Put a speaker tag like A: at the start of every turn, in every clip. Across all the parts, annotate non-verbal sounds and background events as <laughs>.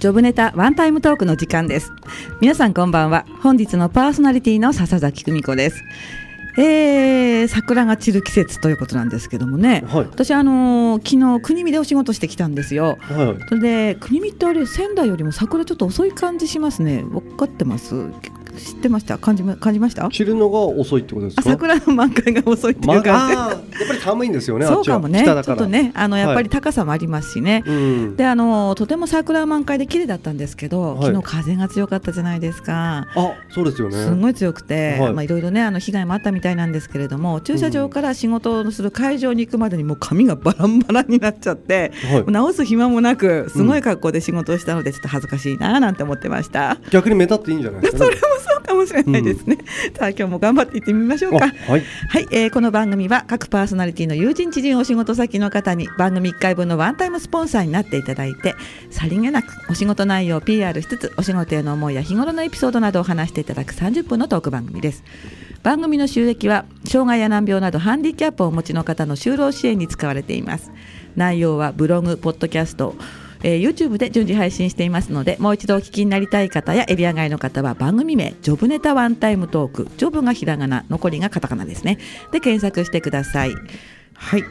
A: ジョブネタワンタイムトークの時間です。皆さんこんばんは。本日のパーソナリティの笹崎久美子です。えー、桜が散る季節ということなんですけどもね、
B: はい
A: 私、あのー昨日国見でお仕事してきたんですよ。
B: はいはい。
A: それで国見ってあれ仙台よりも桜ちょっと遅い感じしますね。分かってます。知ってました。感じま感じました。
B: 散るのが遅いってことです
A: あ
B: か。
A: 桜の満開が遅いって
B: ま
A: いう
B: あ、
A: 感じ。
B: あーやっぱり寒いんですよね。あ
A: そ
B: っ
A: う
B: ちは
A: かもね。ちょ
B: 北
A: っ
B: だから。
A: とね、あのやっぱり高さもありますしね。
B: うん。
A: であのとても桜満開で綺麗だったんですけど、
B: はい
A: 昨日風が強かったじゃないですか。
B: あ、そうですよね。
A: すごい強くて、
B: はい
A: まあいろいろねあの被害もあったみたいなんですけれども、駐車場から仕事をする会場に行くまでにもう髪がバランバラになっちゃって、
B: はい。
A: 直す暇もなくすごい格好で仕事をしたのでちょっと恥ずかしいなあなんて思ってました。 <laughs>
B: 逆に目立っていいんじゃないですか、ね。
A: そうかもしれないですね。さあ今日も頑張っていってみましょうか。
B: あはい。
A: はい、えーこの番組は各パーソナリティの友人知人お仕事先の方に番組1回分のワンタイムスポンサーになっていただいてさりげなくお仕事内容を PR しつつお仕事への思いや日頃のエピソードなどを話していただく30分のトーク番組です番組の収益は障害や難病などハンディキャップをお持ちの方の就労支援に使われています内容はブログポッドキャストえー YouTube で順次配信していますのでもう一度お聞きになりたい方やエリア外の方は番組名「ジョブネタワンタイムトーク」ジョブがひらがな残りがカタカナですねで検索してください。はい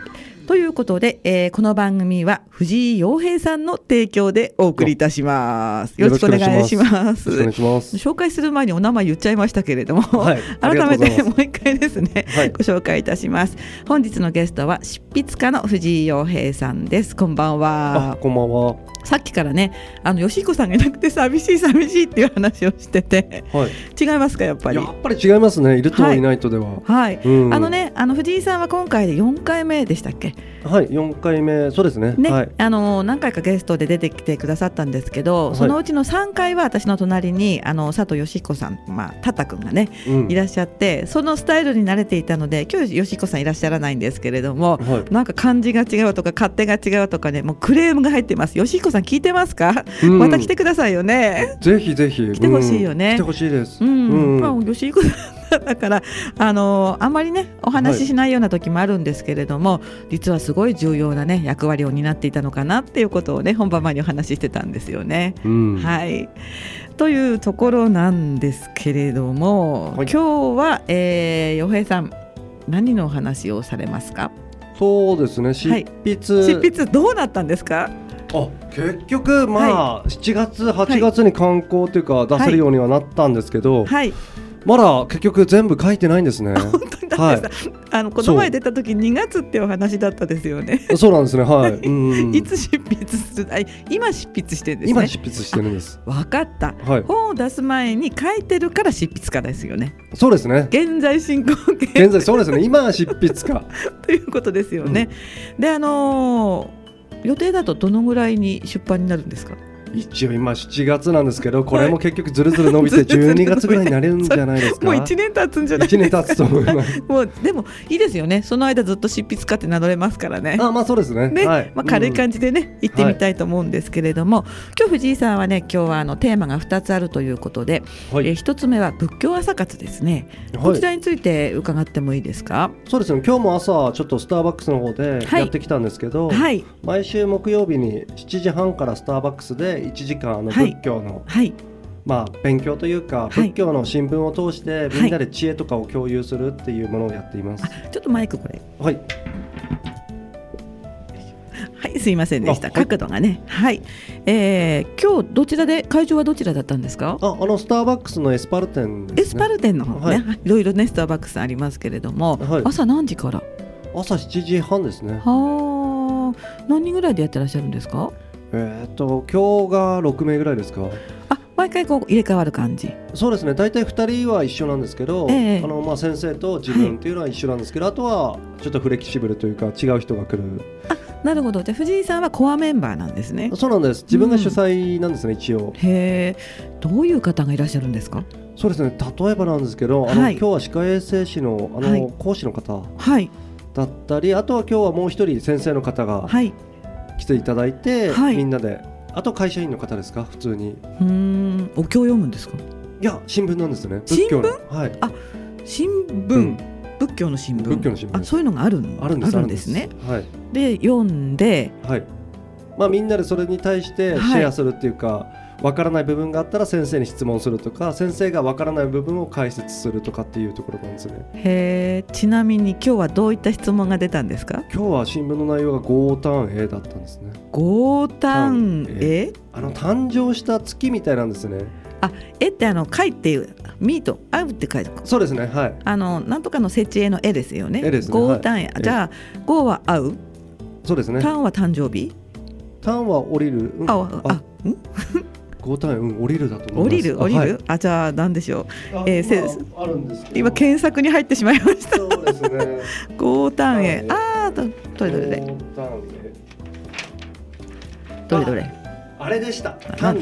A: ということで、えーこの番組は藤井洋平さんの提供でお送りいたします。よろしくお願いします。
B: よろしくお願いします。
A: 紹介する前にお名前言っちゃいましたけれども、
B: はいあ
A: 改
B: りがと
A: め
B: うございま
A: て
B: す
A: もう一回ですね、
B: はい
A: ご紹介いたします本日のゲストは執筆家の藤井洋平さんですこんばんは
B: あ、こんばんは。
A: さっきからねあの吉彦さんがいなくて寂しい寂しいっていう話をしてて
B: はい。
A: 違いますかやっぱり
B: やっぱり違いますね。いると
A: はい
B: いないとでは。
A: はい、
B: うん
A: あの。ねあの藤井さんは今回で4回目でしたっけ
B: はい、四回目。そうですね。
A: ね、
B: はい。
A: あの何回かゲストで出てきてくださったんですけど、
B: はい
A: そのうちの3回は私の隣にあの佐藤義彦さんまあタタ君がね
B: うん
A: いらっしゃってそのスタイルに慣れていたので今日よしこさんいらっしゃらないんですけれども
B: はい。
A: なんか漢字が違うとか勝手が違うとかねもうクレームが入ってますよしこさん聞いてますか、
B: うん
A: また来て。くださいよね
B: ぜひぜひ。
A: 来てほしいよね
B: うん来てほしいです。
A: うん、
B: うん
A: まあよしこさんだからあのあんまりねお話ししないような時もあるんですけれども、実はすごい重要なね役割を担っていたのかなっていうことをね本番前にお話ししてたんですよね
B: うん。
A: はい、というところなんですけれども、
B: はい
A: 今日は、えー、よへいさん何のお話をされますか
B: そうですね。執
A: はい
B: 筆。
A: 執筆どうなったんですか
B: あ結局まあ、7月8月に刊行というか出せるようにはなったんですけど、
A: はい
B: まだ結局全部書いてないんですね。
A: 本当にダメです、あのこの前出た時2月ってお話だったですよね、
B: そうなんですね。
A: <laughs>
B: はい。うん
A: いつ執筆するあ今執筆してるんです
B: 今
A: ね
B: 執筆してるんです。
A: わかった
B: はい。
A: 本を出す前に書いてるから執筆家ですよね
B: そうですね。
A: 現在進行形
B: 現在そうですね。今は執筆か。
A: ということですよね、であのー予定だとどのぐらいに出版になるんですか
B: 一応今7月なんですけど、これも結局ずるずる伸びて12月ぐらいになれるんじゃないですか。
A: もう1年経つんじゃない
B: 一年経つと思い
A: <laughs>
B: ます。
A: もうでもいいですよねその間ずっと執筆家って名乗れますからね。
B: あ、まあそうですね。
A: ね
B: はい。
A: まあ、軽い
B: じ。
A: 感じでね、行ってみたいと思うんですけれども、今日藤井さんはね今日はあのテーマが2つあるということで、
B: は
A: えー
B: い。
A: 1つ目は仏教朝活ですね、こ
B: はい
A: ち。らについて伺ってもいいですか
B: そうですね。今日も朝ちょっとスターバックスの方で
A: はい
B: やってきたんですけど、
A: はい
B: 毎週木曜日に7時半からスターバックスで1時間あの
A: はい
B: 仏教の、
A: はい
B: まあ、勉強というか
A: い
B: 仏教の新聞を通して
A: はい
B: みんなで知恵とかを共有するっていうものをやっています。
A: あちょっとマイクこれ
B: はい、
A: はいすいませんでした、
B: あはい
A: 角度がねはい、えー、今日どちらで会場はどちらだったんですか
B: ああのスターバックスのエスパル店
A: エ
B: で
A: ス
B: す
A: パ
B: ね。
A: ル店の方ね、、
B: はい
A: ろいろねスターバックスありますけれども、
B: はい
A: 朝何時から
B: 朝7時半ですね。
A: はあ、何人ぐらいでやってらっしゃるんですか。
B: えっと今日が6名ぐらいですか。
A: あ、毎回こう入れ替わる感じ。
B: そうですね。大体2人は一緒なんですけど、
A: ええ
B: あのまあ先生と自分っていうのは一緒なんですけど、あとはちょっとフレキシブルというか違う人が来る。
A: なるほど、じゃあ藤井さんはコアメンバーなんですね。
B: そうなんです。自分が主催なんですね、一応。
A: へえ、どういう方がいらっしゃるんですか。
B: そうですね例えばなんですけど、あの
A: はい
B: 今日は歯科衛生士のあの、
A: はい
B: 講師の方
A: はい、
B: だったりあとは今日はもう一人先生の方が
A: はい、
B: 来ていただいて、
A: はい
B: みんなであと会社員の方ですか普通に
A: うんお経を読むんですか
B: いや新聞なんですね
A: 新聞
B: 仏教のはい
A: あ新聞、
B: うん
A: 仏教の新聞
B: 仏教の新聞
A: あそういうのがあるの
B: あるんです
A: ね
B: はい
A: で読んで
B: はいまあみんなでそれに対してシ
A: はい
B: ェアするっていうか、わからない部分があったら先生に質問するとか先生がわからない部分を解説するとかっていうところなんですね
A: へーちなみに今日はどういった質問が出たんですか
B: 今日は新聞の内容が豪丹英だったんですね
A: 豪丹絵
B: あの誕生した月みたいなんですね
A: 絵ってあの貝っていうミート合うって書いてある
B: そうですねはい
A: あのなんとかの設置絵の絵ですよね
B: 絵ですね
A: 豪丹絵、
B: はい
A: じゃあ豪は合う
B: そうですね
A: 丹は誕生日、
B: 単は降りる、うん、
A: あああん
B: 豪単うん降りるだと
A: 降
B: 思い
A: り
B: ます
A: る降りる、
B: はい
A: あじゃあ何でしょう
B: あ
A: えーせ
B: 今あるんですけど
A: 今検索に入ってしまいました <laughs>
B: そうですね
A: 豪丹絵
B: はい
A: あーどどれどれで
B: 豪丹英
A: どれどれ
B: あれでした単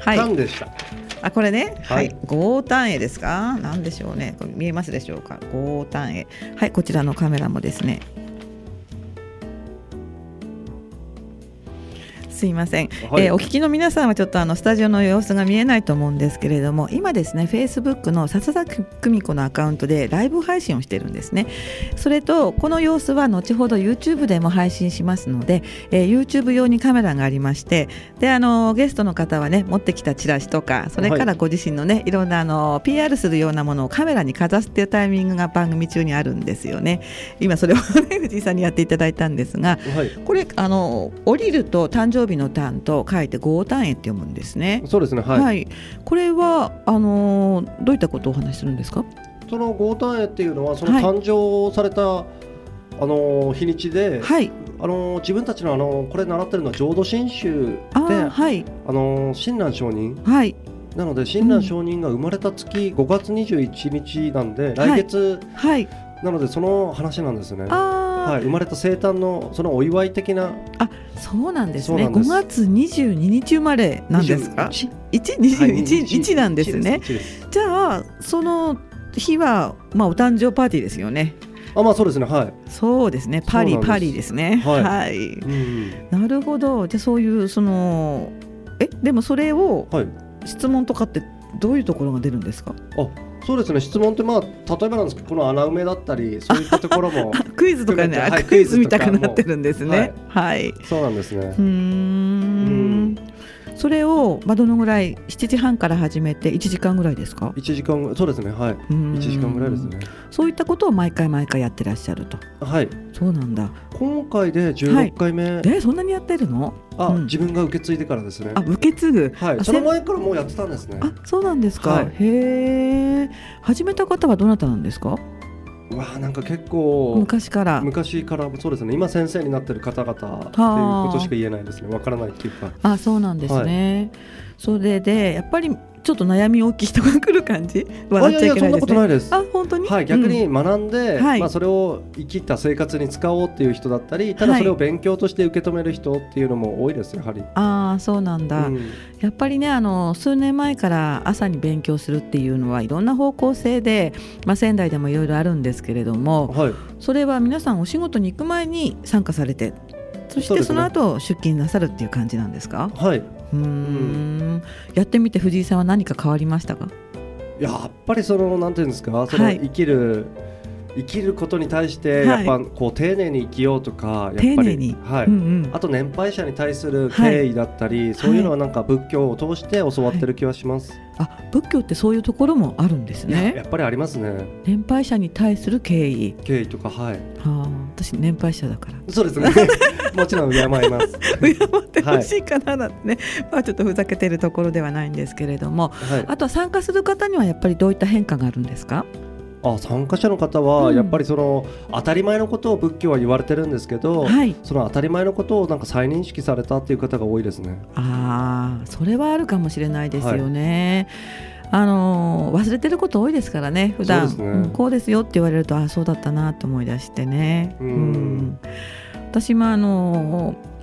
A: はい
B: 単でした
A: あこれね、は
B: はいい、
A: 豪単絵ですか？なんでしょうね。これ見えますでしょうか？豪単絵。はい、こちらのカメラもですね。すいません、
B: はい
A: えーお聞きの皆さんはちょっとあのスタジオの様子が見えないと思うんですけれども今ですね Facebook の笹崎久美子のアカウントでライブ配信をしてるんですねそれとこの様子は後ほど YouTube でも配信しますので、えー YouTube 用にカメラがありましてであのゲストの方はね持ってきたチラシとかそれからご自身のね、い、ろんなあの PR するようなものをカメラにかざすっていうタイミングが番組中にあるんですよね今それを、ね、藤井さんにやっていただいたんですが
B: はい
A: これあの降りると誕生日の単と書いて合単位って読むんですね。
B: そうですねは、
A: はいい、これはあのどういったことをお話しするんですか。
B: その豪丹絵っていうのはその
A: はい
B: 誕生された、あの日にちで、
A: はい、
B: あの自分たちのあのこれ習ってるのは浄土真宗で
A: あー
B: あ
A: はい
B: の親鸞上人
A: はい
B: なので親鸞上人が生まれた月5月21日なんで、来月
A: はい、
B: なのでその話なんですね。は
A: あー、
B: い、生まれた生誕のそのお祝い的な
A: そうなんです
B: そう
A: ね。
B: なんで
A: 5
B: す
A: 月22日生まれなんですか。
B: 21
A: 1
B: はい
A: 21一なんですね。
B: 一です
A: じゃあその日はまあお誕生パーティーですよね。
B: あ、まあそうですね。は
A: そうですね。パリ
B: そうなんです
A: パリですね。
B: はい
A: はい
B: い。うん
A: なるほど。じゃあそういうそのえでもそれを
B: はい。
A: 質問とかってどういうところが出るんですか。 <laughs>
B: あ、そうですね。質問ってまあ例えばなんですけど、この穴埋めだったりそういったとこ
A: <laughs>
B: ろも
A: クイズとかね、
B: はい
A: あク
B: ク
A: イ
B: イ
A: ズ
B: ズ
A: み
B: と
A: た
B: か
A: くなってるんですね。はい。う
B: そうなんですね
A: ー。ん。それをまあどのぐらい7時半から始めて1時間ぐらいですか。
B: 一時間ぐそうですね。はい。
A: 1
B: 一時間ぐらいですね。
A: そういったことを毎回毎回やってらっしゃると。
B: はい。
A: そうなんだ。
B: 今回で
A: はい
B: 16回目。
A: で、そんなにやってるの？
B: あ、
A: うん
B: 自分が受け継いでからですね。
A: あ、受け継ぐ。
B: は
A: あ
B: い。その前からもうやってたんですね。
A: あ、そうなんですか。
B: はい
A: へえ。始めた方はどなたなんですか？
B: うわあ、なんか結構。
A: 昔から。
B: 昔からもそうですね今先生になってる方々っていうことしか言えないですねわからないっていうか
A: あ、そうなんですね。それでやっぱりちょっと悩み大きい人が来る感じ。
B: あ
A: 笑っちゃいけ
B: そ
A: ない
B: ん
A: ですね
B: なこと。ないです
A: あ、本当に？
B: はい、逆に学んで、
A: はい
B: まあ、それを生きた生活に使おうっていう人だったりただ
A: はい
B: それを勉強として受け止める人っていうのも多いですやはり。
A: ああそうなんだ、
B: うん
A: やっぱりねあの数年前から朝に勉強するっていうのはいろんな方向性で、まあ、仙台でもいろいろあるんですけれども
B: はい、
A: それは皆さんお仕事に行く前に参加されてそし
B: そう
A: て
B: です
A: そ
B: ね
A: の後出勤なさるっていう感じなんですか
B: はい、
A: うーんやってみて藤井さんは何か変わりましたか
B: やっぱりそのなんていうんですかその
A: はい
B: 生きる、生きることに対して
A: は
B: や
A: い
B: っぱこう丁寧に生きようとかやっぱり
A: 丁寧に
B: はい
A: うんうん
B: あと年配者に対する敬意だったり、そういうのはなんか仏教を通して教わってる気はします、
A: あ仏教ってそういうところもあるんです
B: いや
A: ね
B: やっぱりありますね
A: 年配者に対する敬意
B: 敬意とかはい
A: はあ私年配者だ <laughs> から
B: そうですねもちろん敬います
A: <laughs> 敬ってほしいかななんてね、まあちょっとふざけてるところではないんですけれども
B: はい
A: あとは参加する方にはやっぱりどういった変化があるんですか
B: あ参加者の方
A: う
B: は
A: ん
B: やっぱりその当たり前のことを仏教は言われてるんですけど、
A: はい
B: その当たり前のことをなんか再認識されたっていう方が多いですね。
A: あーそれはあるかもしれないですよね、あのー忘れてること多いですからね普段
B: そうですね
A: うんこうですよって言われるとあそうだったなと思い出してね
B: うん
A: 私もあのー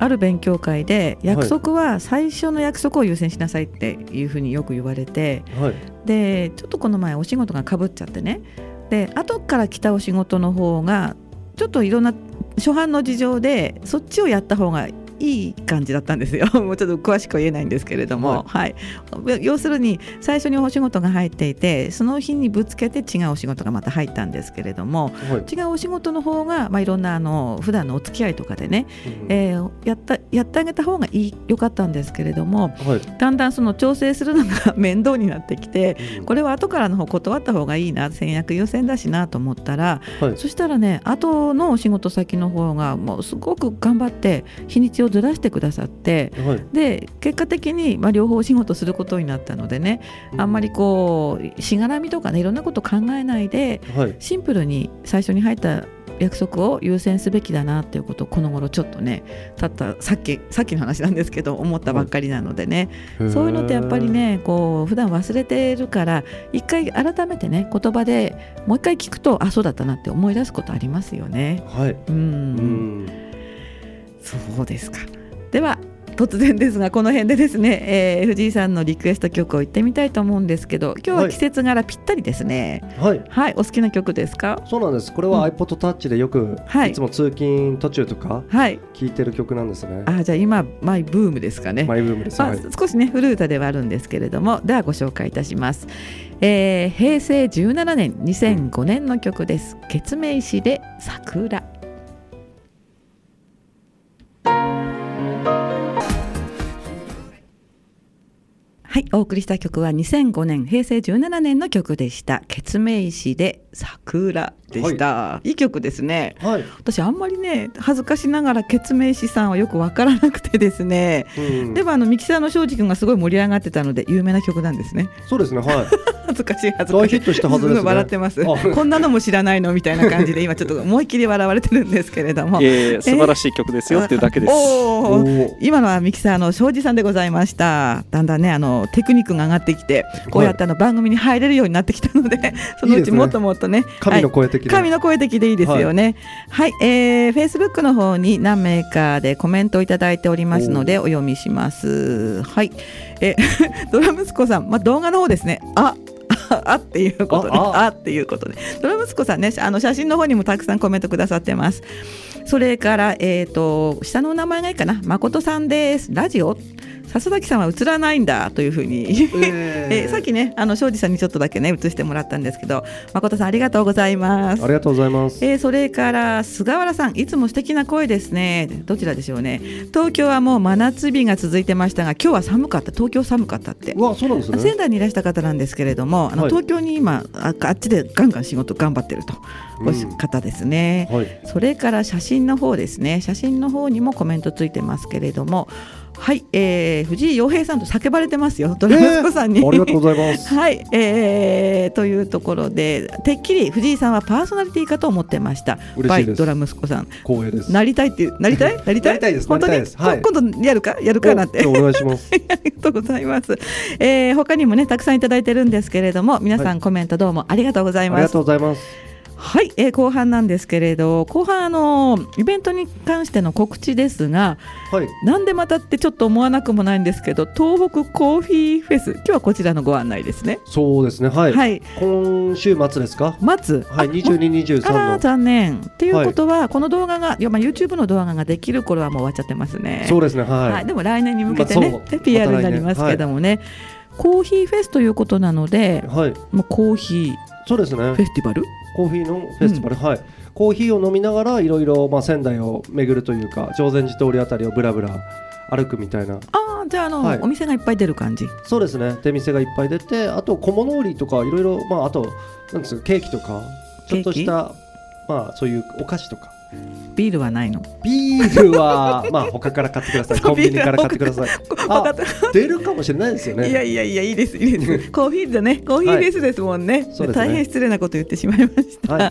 A: ある勉強会で約束は最初の約束を優先しなさいっていうふうによく言われて、
B: はい、
A: でちょっとこの前お仕事がかぶっちゃってねで後から来たお仕事の方がちょっといろんな初版の事情でそっちをやった方がいい感じだったんですよ <laughs> もうちょっと詳しくは言えないんですけれども、はい要するに最初にお仕事が入っていてその日にぶつけて違うお仕事がまた入ったんですけれども
B: はい
A: 違うお仕事の方が、まあ、いろんなあの普段のお付き合いとかでね、
B: うん
A: えーやったやってあげた方がいい良かったんですけれども
B: はい
A: だんだんその調整するのが <laughs> 面倒になってきて
B: うん
A: これは後からの方断った方がいいな戦略優先だしなと思ったら
B: はい
A: そしたらね後のお仕事先の方がもうすごく頑張って日にちをずらしてくださって
B: はい
A: で結果的にまあ両方お仕事することになったのでねあんまりこうしがらみとかねいろんなこと考えないで
B: はい
A: シンプルに最初に入った約束を優先すべきだなっていうことをこの頃ちょっとねたったさっきさっきの話なんですけど思ったばっかりなのでね、そういうのってやっぱりねこう普段忘れてるから一回改めてね言葉でもう一回聞くとあそうだったなって思い出すことありますよね。
B: はい
A: うん
B: うん
A: そうですかでは突然ですがこの辺でですね、えー藤井さんのリクエスト曲を言ってみたいと思うんですけど今日は季節柄ぴったりですね。
B: はい
A: はい、お好きな曲ですか
B: そうなんですこれ
A: う
B: は
A: ん
B: iPod Touch でよく
A: はい
B: いつも通勤途中とか
A: はい
B: 聴いてる曲なんですね
A: あじゃあ今マイブームですかね。
B: マイブームです
A: まあ
B: はい、
A: 少しね古い歌ではあるんですけれどもではご紹介いたします、えー平成17年2005年の曲です「月明石で桜」はいお送りした曲は2005年平成17年の曲でした「月明石で桜」でした、い、い曲ですね
B: はい
A: 私あんまりね恥ずかしながら月明石さんはよくわからなくてですね
B: うん
A: でもあのミキサーの庄司君がすごい盛り上がってたので有名な曲なんですね。
B: そうですねはい
A: 恥ずかしい恥ずか
B: 大
A: し
B: ヒ
A: い。
B: ットしたはず
A: ご
B: ですね
A: い笑ってます。
B: あ
A: こんなのも知らないのみたいな感じで今ちょっと思いっきり笑われてるんですけれども
C: <laughs> い。えいえ素晴らしい曲ですよっていうだけです。
A: おー
B: おー
A: 今のはミキサーの庄司さんでございました。だんだんねあのテクニックが上がってきてこうやってあの番組に入れるようになってきたのでそのう
B: いいで
A: ち
B: すね
A: もっともっとね
B: 神の声的な
A: 神の声的でいいですよね。はい、えー、Facebook の方に何名かでコメントをいただいておりますのでお読みします。はい、え <laughs> ドラムスコさん、まあ動画の方ですね。あ。 <laughs> ああっていうことで、
B: ああ
A: あっていうことで、ドラムスコさんね、あの写真の方にもたくさんコメントくださってます。それから、えっ、と、下のお名前がいいかな、誠さんです。ラジオ。笹崎さんは映らないんだというふうに。
B: えー
A: えーさっきね、あの庄司さんにちょっとだけね、映してもらったんですけど、誠さんありがとうございます
B: あ。りがとうございます
A: えーそれから菅原さんいつも素敵な声ですねどちらでしょうね東京はもう真夏日が続いてましたが今日は寒かった東京寒かったって
B: うわそうなんです
A: あ
B: ね
A: 仙台にいらした方なんですけれどもあの、
B: はい
A: 東京に今ああっちでガンガン仕事頑張ってると、
B: うん
A: 方ですね、
B: はい
A: それから写真の方ですね写真の方にもコメントついてますけれどもはい、えー藤井洋平さんと叫ばれてますよドラマスコさんに、
B: ありがとうございます
A: はい、えー、というところでてっきり藤井さんはパーソナリティかと思ってました
B: 嬉しいです
A: バイドラ息子さん
B: 光栄です
A: なりたいっていうなりたいなりたい
B: なりたいです
A: 本当に
B: なりたいですはい
A: こ今度やるかやるかなんて
B: お
A: <laughs> あ
B: お願いします
A: りがとうございます、えー、他にもねたくさんいただいてるんですけれども皆さ
B: は
A: んコメントどうもありがとうござい
B: あり
A: ま
B: が
A: す
B: とうございます
A: はい、えー、後半なんですけれど後半あのーイベントに関しての告知ですが
B: はい
A: なんでまたってちょっと思わなくもないんですけど東北コーヒーフェス今日はこちらのご案内ですね
B: そうですねはい、
A: はい
B: 今週末ですか
A: 松、
B: はい
A: あ
B: 二十二二十
A: あら
B: 三の
A: 残念っていうことは、この動画が、いやまあ、YouTube の動画ができる頃はもう終わっちゃってますね。
B: そうですねはい、
A: はい、でも来年に向けてね、
B: まあそう
A: PR
B: ま
A: にな
B: た来年
A: りますけどもね、コーヒーフェスということなので、
B: はい、
A: もうコーヒ
B: そうです
A: ーフ
B: ね
A: ェスティバル、
B: コーヒーのフェスティバル、はいコーヒーを飲みながらいろいろまあ仙台を巡るというか朝鮮寺通りあたりをぶらぶら歩くみたいな
A: ああ、じゃああの、
B: はい
A: お店がいっぱい出る感じ、
B: そうですね出店がいっぱい出てあと小物売りとかいろいろまああとなんですかケーキとかちょっとしたまあそういうお菓子とか
A: ビールはないの。
B: ビール
A: <laughs>
B: はまあ他から買ってください
A: そう
B: コンビニから買ってくださいあ
A: <laughs> わかっ
B: 出るかもしれないですよ
A: た
B: ね
A: いやいやいや、いいです、いい
B: <laughs>
A: です、コーヒーだね、コーヒーフェスですもんね、
B: そうですね
A: 大変失礼なこと言ってしまいました。
B: はい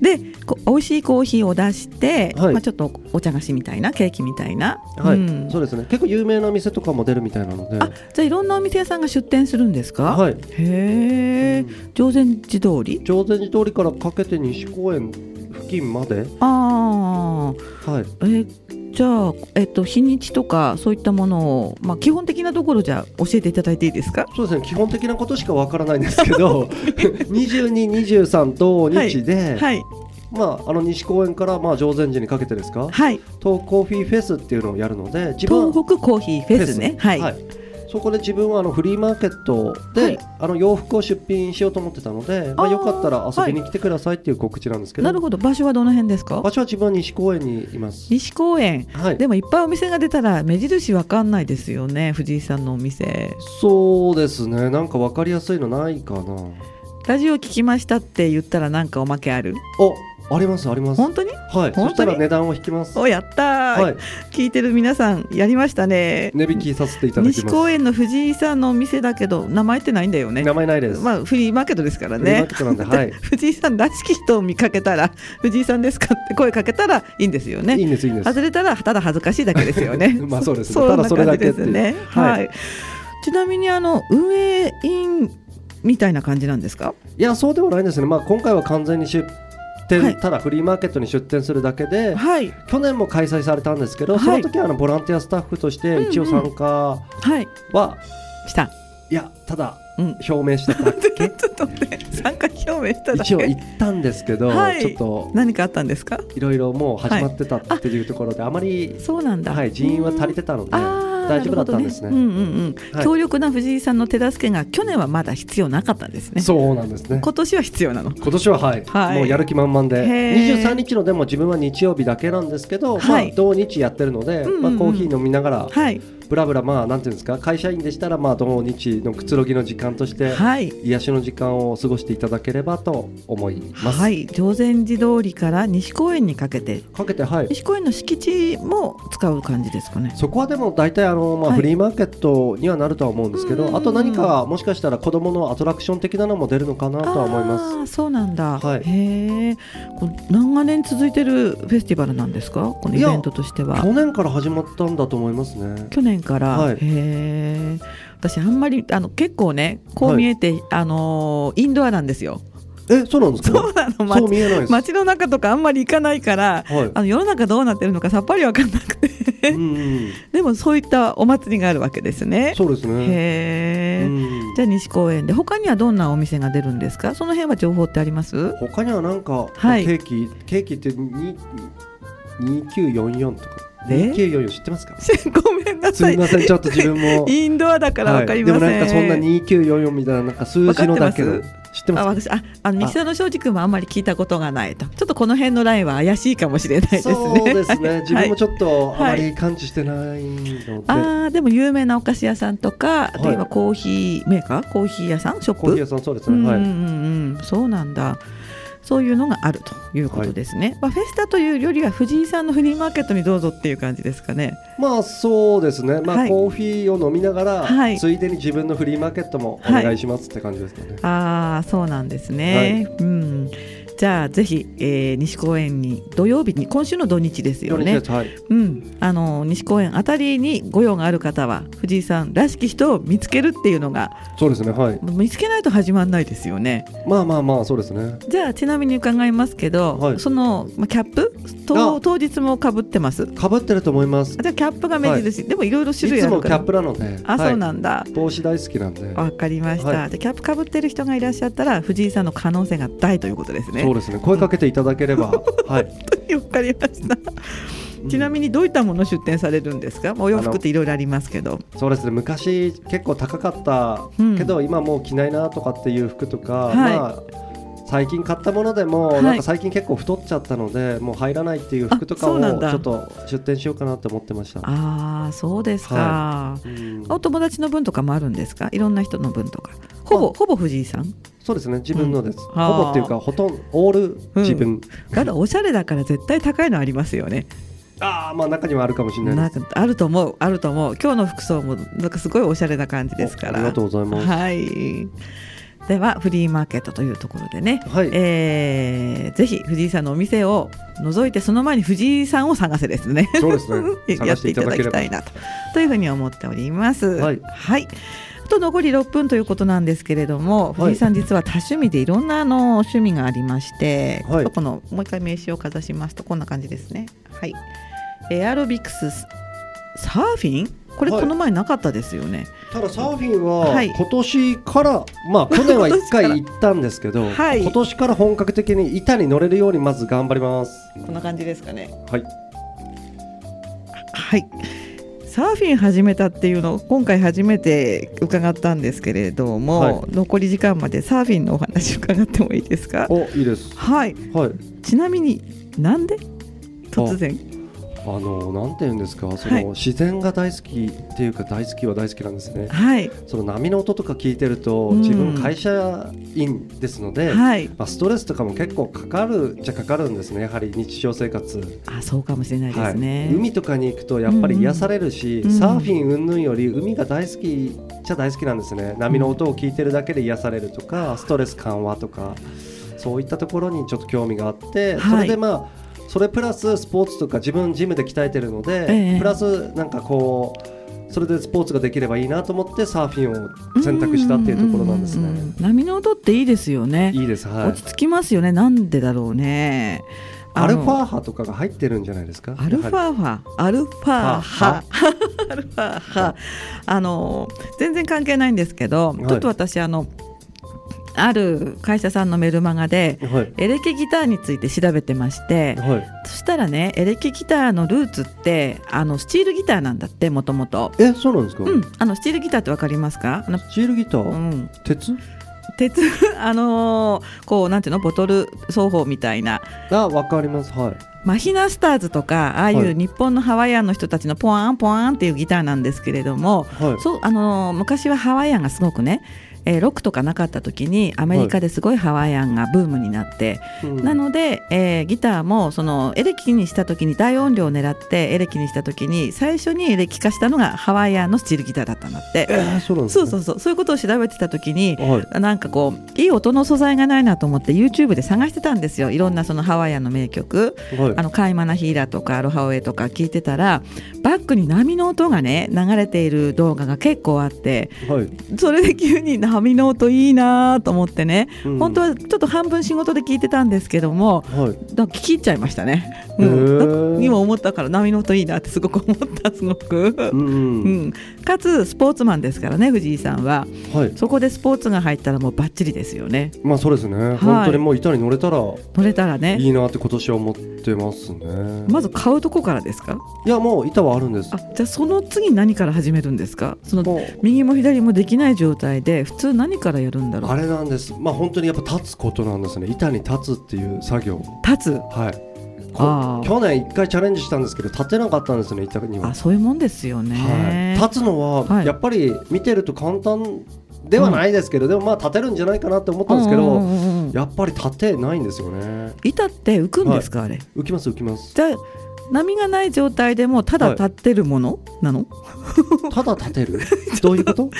A: でこ美味しいコーヒーを出して、
B: はい
A: まあ、ちょっとお茶菓子みたいなケーキみたいな、
B: はい、
A: うん
B: そうですね結構有名な店とかも出るみたいなので
A: あじゃあいろんなお店屋さんが出店するんですか、
B: はい、
A: へえ常禅寺通り
B: 朝鮮寺通りからかけて西公園付近まで
A: ああ
B: はい
A: えじゃあ、えっと、日にちとかそういったものを、まあ、基本的なところじゃ教えていただいていいですか
B: そうですね基本的
A: <laughs>
B: なことしかわからないんですけど2223と日で、
A: はい
B: まあ、あの西公園からまあ常禅寺にかけてですか
A: はい
B: 東コーヒーフェスっていうのをやるので自分は
A: 東北コーヒーフェスねはい、
B: そこで自分はあのフリーマーケットで、
A: はい
B: あの洋服を出品しようと思ってたのでま
A: あ
B: あ、
A: ー
B: よかったら遊びに来てくださいっていう告知なんですけど,、
A: なるほど場所はどの辺ですか
B: 場所は自分は西公園にいます。
A: 西公園
B: はい
A: でもいっぱいお店が出たら目印わかんないですよね藤井さんのお店
B: そうですねなんか分かりやすいのないかな
A: ラジオ聞きましたって言ったらなんかおまけある
B: あありますあります
A: 本当に
B: はい
A: 当に
B: そしたら値段を引きます
A: おやったー、
B: はい
A: 聞いてる皆さんやりましたね
B: 値引きさせていただき
A: 西
B: ます
A: 公園の藤井さんのお店だけど名前ってないんだよね
B: 名前ないです、
A: まあフリーマーケットですから
B: フリーマー
A: ね
B: ケットなんで、はい
A: 藤井さんらしき人を見かけたら藤井さんですかって声かけたらいいんですよ <laughs> ね
B: いいんですいいんです
A: 外れたらただ恥ずかしいだけですよね
B: <laughs> まあそうですね
A: そん <laughs>
B: た
A: な
B: だそれ
A: 感じ
B: だけ
A: で
B: っていう
A: すねはい、
B: はい
A: ちなみにあの運営員みたいな感じなんですか
B: いやそうではないんですね、まあ、今回は完全に出店、
A: はい
B: ただフリーマーケットに出店するだけで
A: はい
B: 去年も開催されたんですけど、
A: はい
B: その時はあのボランティアスタッフとして一応参加は、
A: はいした
B: いやただ
A: うん <laughs>
B: 表明しただけ
A: ちょっとね参加表明しただ
B: 一応行
A: け
B: ったんですけど、
A: はい
B: ちょっと
A: 何かあったんですか
B: いろいろもう始まってたっていうところで、あまり、
A: そうなんだ
B: はい、人員は足りてたので
A: あー
B: 大丈夫だったんですね。
A: なるほどねうんうんうん、
B: はい
A: 強力な藤井さんの手助けが去年はまだ必要なかったんですね。
B: そうなんですね
A: 今年は必要なの。
B: 今年ははい、
A: はい
B: もうやる気満々で
A: へー
B: 23日のでも自分は日曜日だけなんですけど、
A: はい
B: まあ、同日やってるの
A: う
B: で、
A: んうんうん
B: まあ、コーヒー飲みながら
A: はい
B: ブラブラまあなんていうんですか会社員でしたらまあ同日のくつろぎの時間として
A: はい
B: 癒しの時間を過ごしていただければと思います。
A: はい常禅寺通りから西公園にかけて
B: かけてはい
A: 西公園の敷地も使う感じですかね。
B: そこはでも大体あの、まあ、
A: はい
B: フリーマーケットにはなるとは思うんですけど、
A: うんうんうん
B: あと何かもしかしたら子供のアトラクション的なのも出るのかなとは思います
A: あーそうなんだ。
B: はい
A: へえ。こう長年続いてるフェスティバルなんですか？このイベントとしては
B: 去。年から始まったんだと思います
A: <laughs>
B: ね
A: 去年から、
B: はい
A: へえ。私あんまりあの結構ねこう見えて、あのーインドアなんですよ。
B: えそうなんです
A: そう <laughs> な
B: か
A: の
B: そう
A: 街
B: 見えないです、
A: 街の中とか <laughs> あんまり行かないから
B: はい
A: あの世の中どうなってるのかさっぱりわかんなくて
B: うんうん、
A: でもそういったお祭りがあるわけですね。
B: そうですね、
A: へえ、
B: うん
A: じゃあ西公園で他にはどんなお店が出るんですかその辺は情報ってあります <laughs>
B: 他にはなんか、
A: はい
B: ケーキケーキってに2944とか
A: え
B: 2944知ってますか
A: ごめんな
B: す
A: さ
B: み
A: い
B: ませんちょっと自
A: <laughs>
B: 分も
A: インドアだからわかりません、
B: はい、でもなんかそんな2944みたいななんか数字のだけ
A: わ
B: の
A: か
B: 知って
A: あ
B: ま
A: 私ああの西田の庄司君もあんまり聞いたことがないとちょっとこの辺のラインは怪しいかもしれないですすね
B: そうですね <laughs> 自分も
A: <laughs> はい
B: ちょっとあ
A: はい
B: まり感知してないので、
A: あーでも有名なお菓子屋さんとかあと
B: は
A: 今
B: い
A: コーヒーメーカーコーヒー屋さんショッ
B: コーヒー
A: プ
B: 屋さんそうです
A: う
B: ね、
A: んうんう
B: はい
A: んうんそうなんだそういうのがあるということですね、まあ、フェスタというよりは藤井さんのフリーマーケットにどうぞっていう感じですかね
B: まあそうですねまあ、
A: はい
B: コーヒーを飲みながら、
A: はい
B: ついでに自分のフリーマーケットもお願いしますって感じですかね、
A: ああそうなんですね、うんじゃあぜひ、えー西公園に土曜日に今週の土日ですよ
B: よろしい
A: ね
B: ですはい
A: うん、あの西公園あたりに御用がある方は藤井さんらしき人を見つけるっていうのが
B: そうですねはい
A: 見つけないと始まんないですよね
B: まあまあまあそうですね
A: じゃあちなみに伺いますけど、
B: はい
A: そのまキャップと
B: あ
A: 当日もかぶってます
B: かぶってると思います
A: あじゃあキャップが目印、でもいろいろ種
B: い
A: 類
B: つ
A: ある
B: も
A: か
B: キャ
A: ら
B: ップなので
A: あ、
B: はい
A: そうなんだ
B: 帽子大好きなんで、
A: わかりました、
B: は
A: でキャップかぶってる人がいらっしゃったら藤井さんの可能性が大ということです
B: そう
A: ね
B: ですね声かけていただけれ
A: <laughs>
B: ばはい、
A: わかりました、
B: うん
A: ちなみにどういったもの出店されるんですかまあお洋服っていろいろありますけど
B: そうですね昔結構高かった
A: うん
B: けど、今もう着ないなとかっていう服とか、
A: はい
B: まあ最近買ったものでも、
A: はい
B: なんか最近結構太っちゃったのでもう入らないっていう服とか
A: あそ
B: を
A: う
B: ち
A: なんだ
B: ょっと出店しようかなって思ってました、
A: ああそうですか、
B: うん
A: お友達の分とかもあるんですかいろんな人の分とかほぼ
B: あ
A: ほぼ藤井さん
B: そうですね自分のです、
A: うんあー
B: ほぼっていうかほとんどオール自分、
A: ただおしゃれだから絶対高いのありますよね
B: ああまあ中にはあるかもしれない
A: なん
B: です
A: かあると思うあると思う今日の服装もなんかすごいおしゃれな感じですか
B: おあ
A: ら
B: りがとうございます
A: はいではフリーマーケットというところでね、
B: はい
A: えーぜひ藤井さんのお店を覗いてその前に藤井さんを探せですね
B: そうですね
A: <laughs> や
B: 探
A: っ
B: して
A: て
B: い
A: いた
B: ただ
A: だ
B: け
A: き
B: れば
A: たいなとというふうに思っております。
B: はい
A: はいあと残り6分ということなんですけれども、藤井さん実は多趣味でいろんなあの趣味がありまして、
B: はい
A: このもう一回名刺をかざしますとこんな感じですね。はい、エアロビクスサーフィンこれ
B: はい
A: この前なかったですよね。
B: ただサーフィン
A: は
B: はい今年から、
A: <laughs>
B: まあ去年は
A: 今
B: 1
A: 年から
B: 回行ったんですけど、
A: はい
B: 今年から本格的に板に乗れるようにまず頑張ります
A: こんな感じですかね。
B: はい
A: はい。サーフィン始めたっていうのを今回初めて伺ったんですけれども、
B: はい
A: 残り時間までサーフィンのお話伺ってもいいですか。
B: おいいです
A: はい。
B: はい
A: ちなみになんで突然
B: あのなんて言うんですかその、
A: はい
B: 自然が大好きっていうか大好きは大好きなんですね
A: はい
B: その波の音とか聞いてると、
A: うん
B: 自分会社員ですので、
A: はい。
B: まあ、ストレスとかも結構かかるじゃかかるんですねやはり日常生活
A: あ、そうかもしれないですね。
B: はい、海とかに行くとやっぱり癒されるし、
A: うんうん
B: サーフィン云々より海が大好きじゃ大好きなんですね波の音を聞いてるだけで癒されるとかストレス緩和とかそういったところにちょっと興味があって、
A: はい
B: それでまあそれプラススポーツとか自分ジムで鍛えてるので、
A: ええ
B: プラスなんかこうそれでスポーツができればいいなと思ってサーフィンを選択したっていうところなんです
A: ううう
B: ね
A: ん。波の音っていいですよね。
B: いいですは
A: 落
B: い
A: ち着きますよね。なんでだろうね。
B: ア
A: あ
B: ル
A: の
B: ファ波とかが入ってるんじゃないですか
A: アルフ
B: やは
A: ァ波、アルファ波
B: は、
A: アルファ波、あの全然関係ないんですけど、
B: はい
A: ちょっと私あのある会社さんのメルマガで
B: りはい
A: エレキギターについて調べてまして、
B: はい
A: そしたらねエレキギターのルーツってあのスチールギターなんだってもともと。
B: えそうなんですか、
A: うん、あのスチールギターってわかりますか？あの
B: スチールギター、
A: うん、
B: 鉄
A: 鉄あのーこうなんていうのボトル奏法みたいな
B: あ、わかります。はい。
A: マヒナスターズとかああい
B: は
A: う
B: い
A: 日本のハワイアンの人たちのポワンポワンっていうギターなんですけれども、
B: はい。
A: そうあのー昔はハワイアンがすごくね、えーロックとかなかった時にアメリカですごいハワイアンがブームになって、
B: うん
A: なので、えーギターもそのエレキにした時に大音量を狙ってエレキにした時に最初にエレキ化したのがハワイアンのスチールギターだったんだって。
B: えーそうなんです、
A: そう
B: ね。
A: そうそうそういうことを調べてた時に
B: はい。
A: なんかこういい音の素材がないなと思って YouTube で探してたんですよいろんなそのハワイアンの名曲
B: はい。
A: あのカイマナヒーラとかアロハオエとか聞いてたらバックに波の音がね流れている動画が結構あって
B: はい。
A: それで急に波の音いいなと思ってね、
B: うん
A: 本当はちょっと半分仕事で聞いてたんですけども
B: はい。
A: だ聞き入っちゃいましたね、
B: へ
A: う
B: ー
A: ん、今思ったから波の音いいなってすごく思ったすごく、
B: う。
A: うんん、かつスポーツマンですからね藤井さんは。
B: はい。
A: そこでスポーツが入ったらもうバッチリですよね。
B: まあ、そうですね、
A: い
B: 本当にもう板に乗れたら。
A: 乗れたらね。
B: いいなって今年は思ってますね。
A: まず買うとこからですか。
B: いや、もう板はあるんです
A: あ。、じゃあその次何から始めるんですか。その
B: もう。
A: 右も左もできない状態で普通何からやるんだろ
B: あ
A: う。
B: れなんです。まあ、本当にやっぱ立つことなんですね。板に立つっていう作業。
A: 立つ。
B: はい。
A: あ
B: こ
A: ー
B: 去年一回チャレンジしたんですけど、立てなかったんですね、板には
A: あ、。そういうもんですよ
B: は
A: ね。
B: い、立つの
A: は
B: はいやっぱり見てると簡単ではないですけど、でもまあ立てるんじゃないかなって思ったんですけど、
A: うんうんうんうん
B: やっぱり立てないんですよね
A: 板って浮くんですか、あれ。
B: 浮きます浮きます
A: じゃあ波がない状態でもただ立ってるものなの？
B: ただ立
A: <laughs>
B: てるどういうこと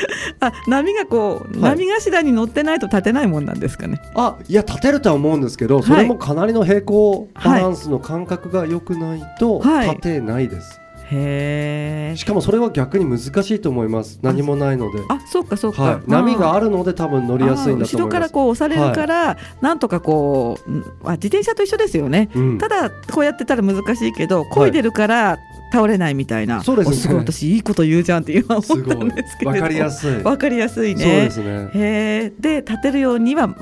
A: あ、波がこう
B: はい
A: 波頭に乗ってないと立てないもんなんですかね。
B: あいや立てるとは思うんですけどそれもかなりの平行バランスの感覚が良くないと
A: はい
B: 立てないです、
A: へえ。
B: しかもそれは逆に難しいと思います何もないので
A: あ、そうかそうか。
B: はい、波があるので多分乗りやすいんだと
A: あー後ろ
B: 思い
A: か
B: ま
A: ら
B: す
A: こう押されるから、なんとかこう、うんあ自転車と一緒ですよね。
B: うん
A: ただこうやってたら難しいけど、漕いでるから倒れないみたいな。
B: そうですね
A: おすごい私いいこと言うじゃんって今
B: す
A: 思っ
B: ご
A: た
B: い
A: んですけれど。 <laughs>
B: わかりや
A: す
B: すい
A: わかりやすい
B: そうで
A: ね。
B: すね
A: へえ。で立てるようにはも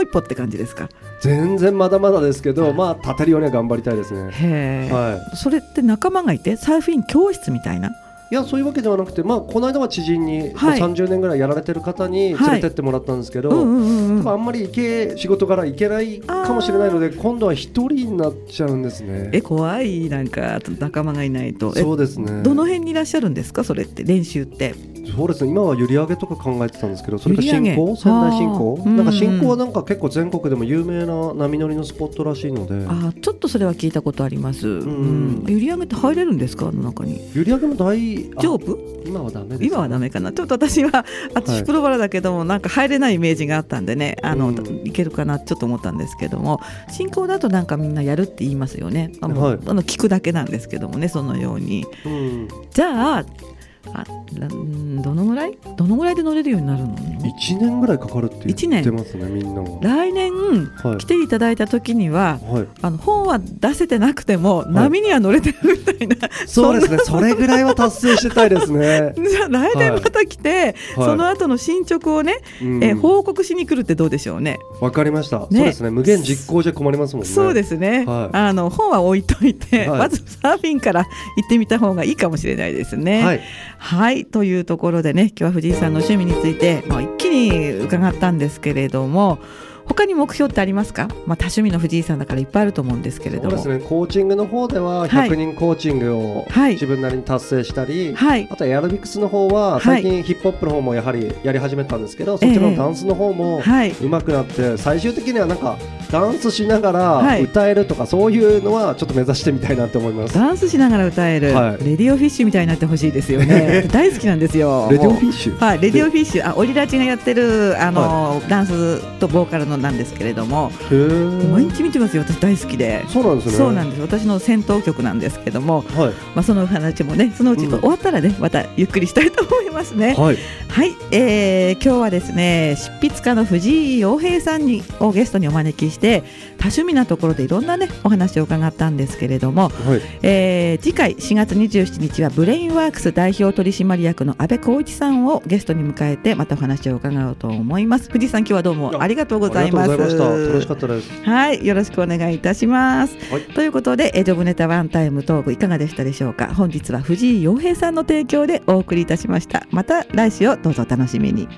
A: う一歩って感じですか。
B: 全然まだまだですけど、まあ、立てるようには頑張りたいですね。
A: へえ。
B: は
A: それって仲間がいてサーフィン教室みたいな。
B: い、いやそういうわけではなくて、まあ、この間は知人に、
A: はい
B: もう30年ぐらいやられてる方に
A: はい
B: 連れてってもらったんですけど、
A: うんうんうん
B: ま
A: う
B: あ、あ
A: ん。
B: んまり行け仕事から行けないかもしれないので今度は一人になっちゃうんです
A: え
B: ね。
A: 怖いなんか仲間がいないと。え
B: そうですね
A: どの辺にいらっしゃるんですかそれって練習って。
B: そうですね今は閖上げとか考えてたんですけどそれが
A: 閖上げ
B: 信仰仙台信仰
A: あー
B: なんか
A: うんう
B: 信
A: ん
B: 仰はなんか結構全国でも有名な波乗りのスポットらしいので
A: あーちょっとそれは聞いたことあります。うん
B: ん、
A: 閖上げって入れるんですか、あの中に。
B: 閖上げも大あ
A: 上部、
B: 今はダメです
A: 今はダメかな、ちょっと私は、あ、
B: はい
A: シクロバラだけども、なんか入れないイメージがあったんでね。あの、
B: うん
A: いけるかな、ちょっと思ったんですけども。進行だと、なんかみんなやるって言いますよね。あの、
B: はい
A: あの聞くだけなんですけどもね、そのように。
B: うん
A: じゃあ、あ、なうんどのぐらい、どのぐらいで乗れるようになるの。の
B: 一年ぐらいかかるって
A: 一
B: 言
A: 年
B: ってますねみんなは。
A: 来年
B: はい
A: 来ていただいた時には
B: はい、
A: あの本は出せてなくても波には乗れてるみたいな、 <laughs>
B: そうですね、それぐらいは達成してたいですね。
A: じゃあ来年また来て、
B: はい
A: その後の進捗をね、
B: うん
A: え報告しに来るってどうでしょうね。
B: わかりました、
A: ね
B: そうですね、無限実行じゃ困りますもんね。
A: そうですね、
B: はい
A: あの本は置いといて、
B: はい
A: まずサーフィンから行ってみた方がいいかもしれないですね。
B: はい、
A: はいというところでね今日は藤井さんの趣味について、まあ、一気に伺ったんですけれども他に目標ってありますか、まあ、多趣味の藤井さんだからいっぱいあると思うんですけれ
B: そ
A: ど
B: う
A: も。
B: ですね、コーチングの方では、
A: はい
B: 100人コーチングを
A: はい
B: 自分なりに達成したり、
A: はい
B: あとエアロビクスの方
A: は
B: は、
A: い
B: 最近ヒップホップの方もやはりやり始めたんですけど、そっち
A: ええ
B: のダンスの方も
A: はい
B: 上手くなって、最終的にはなんか、ダンスしなが
A: は
B: ら
A: い
B: 歌えるとか、そういうのはちょっと目指してみたいなと思います。
A: ダンスしながら歌える、
B: はい
A: レディオフィッシュみたいになってほしいですよ
B: <laughs>
A: ね大好きなんですよ
B: レディオ
A: もう
B: フィッシュ
A: はい、レディオフィッシュ、あ、オリラチがやってる、あの、ダンスとボーカルのなんですけれども。
B: へー
A: 毎日見てますよ、私大好きで。
B: そうなんですね。
A: そうなんです、私の戦闘曲なんですけども、
B: はい、
A: まあ、そのお話もね、そのうち
B: うん
A: 終わったらね、またゆっくりしたいと思いますね。
B: はい、
A: はい、えー今日はですね執筆家の藤井洋平さんにをゲストにお招きして多趣味なところでいろんなねお話を伺ったんですけれども、
B: はい、
A: えー次回4月27日はブレインワークス代表取締役の安倍浩一さんをゲストに迎えてまたお話を伺おうと思います藤井さん今日はどうもありがとうございます
B: ありがとうございました。楽しかったです。
A: はいよろしくお願いいたします、
B: はい
A: ということでえージョブネタワンタイムトークいかがでしたでしょうか本日は藤井洋平さんの提供でお送りいたしましたまた来週をどうぞお楽しみに